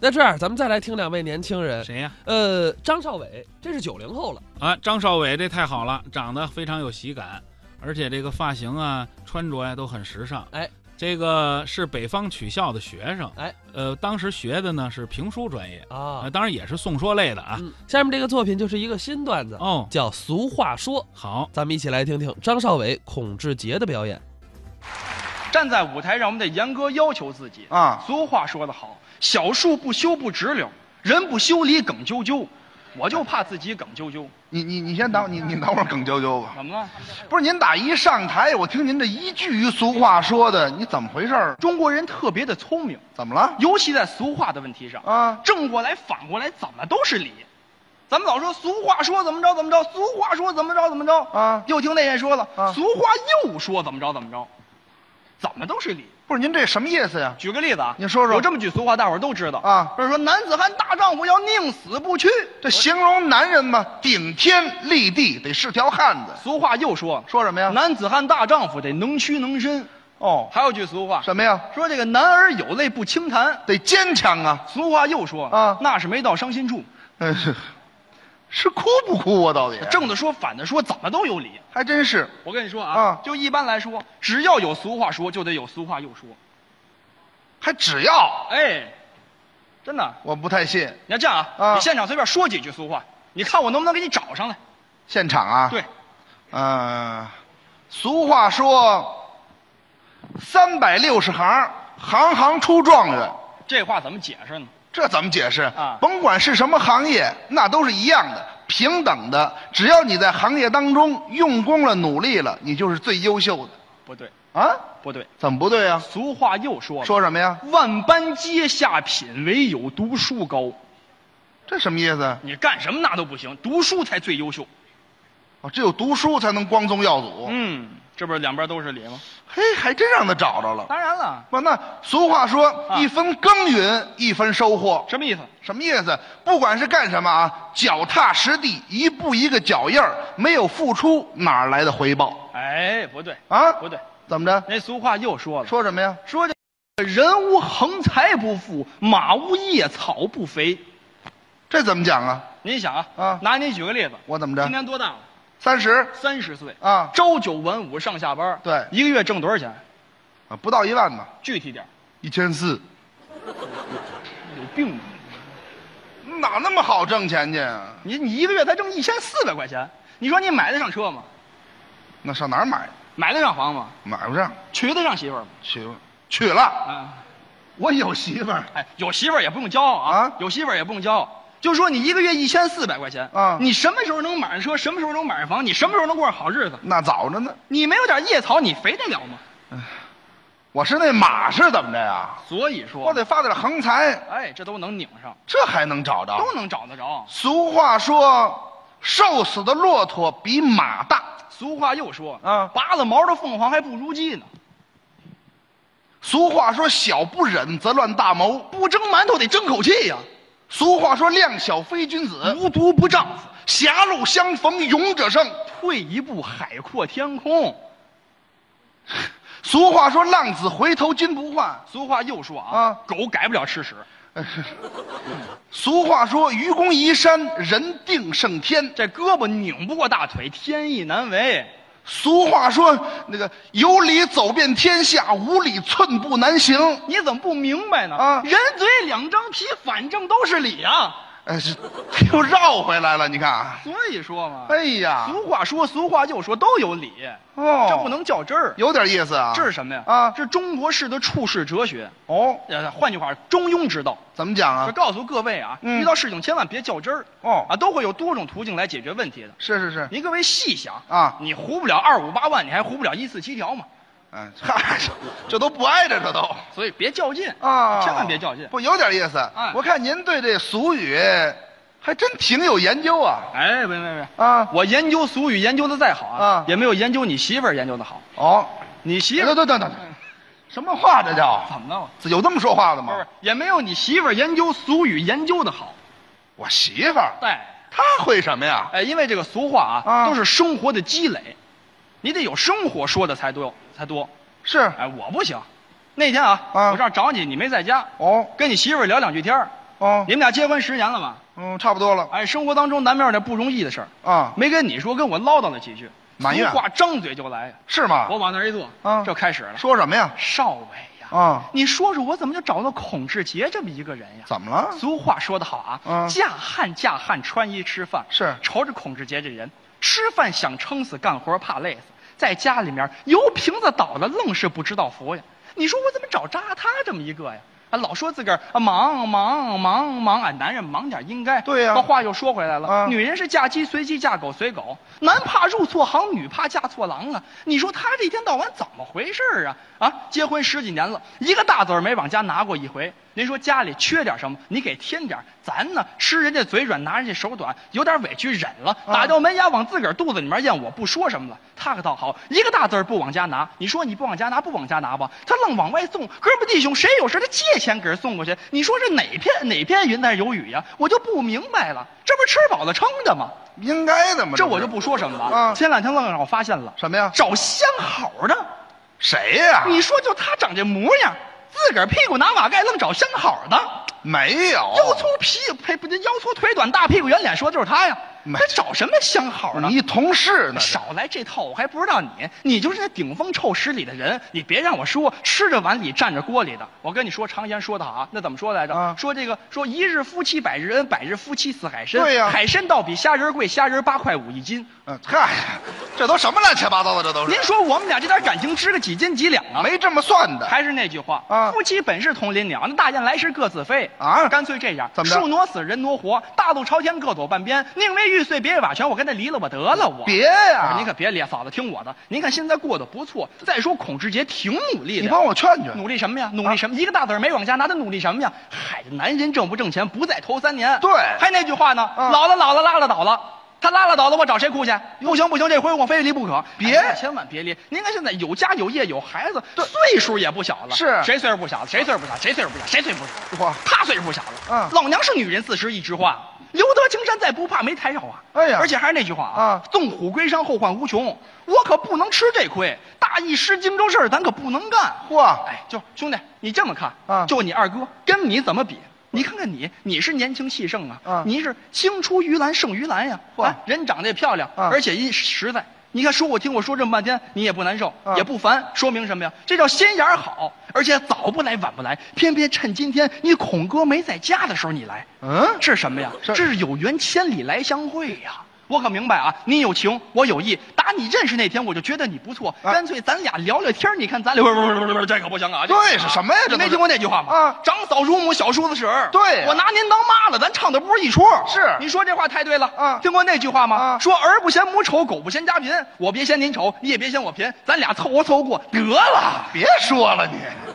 那这样，咱们再来听两位年轻人，谁呀、呃，张少伟，这是九零后了，啊？张少伟这太好了，长得非常有喜感，而且这个发型啊、穿着呀、都很时尚。哎，这个是北方曲校的学生。哎，呃，当时学的呢是评书专业，啊呃，当然也是宋说类的啊。嗯，下面这个作品就是一个新段子，哦，叫《俗话说》，好，咱们一起来听听张少伟、孔志杰的表演。站在舞台上，我们得严格要求自己啊俗话说得好，小树不修不直溜，人不修理梗啾啾。我就怕自己梗啾啾，你你你先等你你等会儿梗啾啾吧。怎么了？不是您打一上台，我听您这一句一俗话说的，你怎么回事儿？中国人特别的聪明，怎么了？尤其在俗话的问题上，啊，正过来反过来怎么都是理。咱们老说俗话说怎么着怎么着，俗话说怎么着怎么着啊又听那人说了，啊俗话又说怎么着怎么着，怎么都是理。不是您这什么意思呀？举个例子啊，你说说有这么句俗话，大伙儿都知道啊就是说男子汉大丈夫要宁死不屈。这形容男人嘛，顶天立地得是条汉子。俗话又说了，说什么呀？男子汉大丈夫得能屈能伸。哦，还有句俗话，什么呀？说这个男儿有泪不轻弹。得坚强啊！俗话又说啊那是没到伤心处。哎是是哭不哭啊？到底正的说，反的说，怎么都有理。还真是我跟你说啊，啊就一般来说，只要有俗话说，就得有俗话又说。还只要哎，真的，我不太信你要这样啊，啊你现场随便说几句俗话，你看我能不能给你找上来？现场啊。对，嗯，俗话说，三百六十行，行行出状元。这话怎么解释呢？这怎么解释啊甭管是什么行业，那都是一样的，平等的。只要你在行业当中用功了、努力了，你就是最优秀的不对，啊？不对，怎么不对啊？俗话又说了，说什么呀？万般皆下品，唯有读书高。这什么意思？你干什么那都不行，读书才最优秀。哦，只有读书才能光宗耀祖。嗯，这不是两边都是理吗？嘿，还真让他找着了。当然了，不，那俗话说，啊一分耕耘一分收获。什么意思？什么意思？不管是干什么啊，脚踏实地，一步一个脚印儿，没有付出哪儿来的回报哎，不对，啊？不对，怎么着？那俗话又说了，说什么呀？说这人无横财不富，马无夜草不肥。这怎么讲啊？您想啊，啊拿您举个例子，我怎么着今年多大了？三十三十岁，啊朝九晚五上下班，对一个月挣多少钱？啊，不到一万吧，具体点儿，一千四，有病吧？哪那么好挣钱去啊？你你一个月才挣一千四百块钱，你说你买得上车吗？那上哪儿买？买得上房吗？买不上，娶得上媳妇儿吗？娶娶了，啊。我有媳妇儿，哎，有媳妇儿也不用骄傲啊，啊有媳妇儿也不用骄傲。就说你一个月一千四百块钱啊你什么时候能买上车？什么时候能买上房？你什么时候能过上好日子？那早着呢。你没有点夜草，你肥得了吗？我是那马是怎么着呀？所以说，我得发点横财，哎，这都能拧上，这还能找着？都能找得着。俗话说，瘦死的骆驼比马大。俗话又说啊拔了毛的凤凰还不如鸡呢，俗话说，小不忍则乱大谋。不蒸馒头得蒸口气呀、俗话说，量小非君子。无毒不丈夫，狭路相逢勇者胜。退一步海阔天空。俗话说，浪子回头金不换。俗话又说啊，啊狗改不了吃屎，俗话说，愚公移山，人定胜天。这胳膊拧不过大腿，天意难啊违。俗话说，那个有理走遍天下，无理寸步难行。你怎么不明白呢？啊人嘴两张皮，反正都是理呀、哎，是又绕回来了。你看啊，所以说嘛，哎呀，俗话说，俗话又说，都有理，哦这不能较真儿。有点意思啊。这是什么呀？啊，这是中国式的处世哲学。哦，呃，换句话，中庸之道。怎么讲就啊？告诉各位啊，嗯遇到事情千万别较真儿。哦啊，都会有多种途径来解决问题的。是是是，您各位细想啊你糊不了二五八万，你还糊不了一四七条嘛。 嗯，嗨，这都不挨着，这都所以别较劲啊，千万别较劲。不有点意思。哎我看您对这俗语还真挺有研究啊哎，别别别，啊！我研究俗语研究的再好啊也没有研究你媳妇儿研究的好。哦，你媳等妇儿等等等等，嗯什么话这叫？怎么了？有这么说话的不吗是？，也没有你媳妇儿研究俗语研究的好。我媳妇儿对，她会什么呀？哎，因为这个俗话啊，啊都是生活的积累，你得有生活说的才多才多。是哎，我不行。那天啊，啊我上找你，你没在家，哦，跟你媳妇儿聊两句天儿哦你，们俩结婚十年了吧？嗯，差不多了哎，生活当中难免有点不容易的事儿，啊，没跟你说，跟我唠叨了几句，埋怨俗话张嘴就来呀。啊是吗我？往那儿一坐，啊这开始了。说什么呀？少伟呀，啊，你说说我怎么就找到孔志杰这么一个人呀？怎么了？俗话说得好啊，嗯嫁汉嫁汉，穿衣吃饭是瞅着孔志杰这人，吃饭想撑死，干活怕累死，在家里面油瓶子倒了，愣是不知道服呀。你说我怎么找渣他这么一个呀？啊，老说自个儿啊忙忙忙忙，啊，男人忙点应该。对呀那话又说回来了，啊女人是嫁鸡随鸡，嫁狗随狗，男怕入错行，女怕嫁错郎啊。你说他这一天到晚怎么回事儿啊？啊，结婚十几年了，一个大子儿没往家拿过一回。您说家里缺点什么，你给添点儿。咱呢，吃人家嘴软，拿人家手短，有点委屈忍了，啊打掉门牙往自个儿肚子里面咽，我不说什么了。他可倒好，一个大字儿不往家拿。你说你不往家拿，不往家拿吧，他愣往外送。哥们儿弟兄，谁有事儿他借钱给人送过去。你说这哪片哪片云彩有雨呀？我就不明白了，这不是吃饱了撑的吗？应该的嘛。这不我是就不说什么了。啊前两天愣让我发现了，什么呀？啊找相好的。谁呀？你说就他长这模样，自个儿屁股拿瓦盖，愣找相好的，哦没有？腰粗皮呸不对，腰粗腿短，大屁股圆脸，说的就是他呀。没还找什么相好呢？你同事呢？少来这套，我还不知道你，你就是那顶风臭十里的人，你别让我说吃着碗里站着锅里的。我跟你说，常言说得好啊，那怎么说来着？啊说这个说一日夫妻百日恩，百日夫妻似海参。对呀海参倒比虾仁儿贵，虾仁儿八块五一斤。嗯，嗨，这都什么乱七八糟的？这都是您说我们俩这点感情值个几斤几两啊？没这么算的还是那句话，啊夫妻本是同林鸟，那大雁来时各自飞啊干脆这样，怎么着树挪死，人挪活，大路朝天各走半边，宁为玉碎，别为瓦全。我跟他离了，我得了，我别呀我说您可别离，嫂子听我的。您看现在过得不错，再说孔志杰挺努力的。你帮我劝劝。努力什么呀？努力什么？一个大子儿没往家拿，他努力什么呀？嗨，男人挣不挣钱不在头三年。对还那句话呢，嗯老了老了拉了倒了。他拉了倒了，我找谁哭去？不行不行，这回我非离不可！别哎千万别离！您看现在有家有业有孩子，岁数也不小了。是谁岁数不小了？谁岁数不小？谁岁数不小？谁岁数不小？哇，他岁数不小了，嗯老娘是女人四十一枝花，留得青山在，不怕没柴烧啊。哎呀而且还是那句话啊纵虎归山，后患无穷。我可不能吃这亏，大意失荆州事儿，咱可不能干。嚯哎，就兄弟，你这么看啊就你二哥跟你怎么比？你看看你，你是年轻气盛啊，啊你是青出于蓝胜于蓝呀、嚯哎人长得也漂亮，啊而且一实在。你看，说我听我说这么半天，你也不难受，啊也不烦，说明什么呀？这叫心眼儿好，而且早不来晚不来，偏偏趁今天你孔哥没在家的时候你来，嗯，这是什么呀？这这是有缘千里来相会呀。我可明白啊，你有情，我有意。打你认识那天，我就觉得你不错，啊干脆咱俩聊聊天儿。你看咱俩，不不不不不，这可不行啊！这对是什么呀这你都没是听过那句话吗？啊长嫂如母，小叔子婶儿。对呀啊我拿您当妈了，咱唱的不是一出。是你说这话太对了啊听过那句话吗？啊说儿不嫌母丑，狗不嫌家贫，我别嫌您丑，你也别嫌我贫，咱俩凑合凑合过得了。别说了你。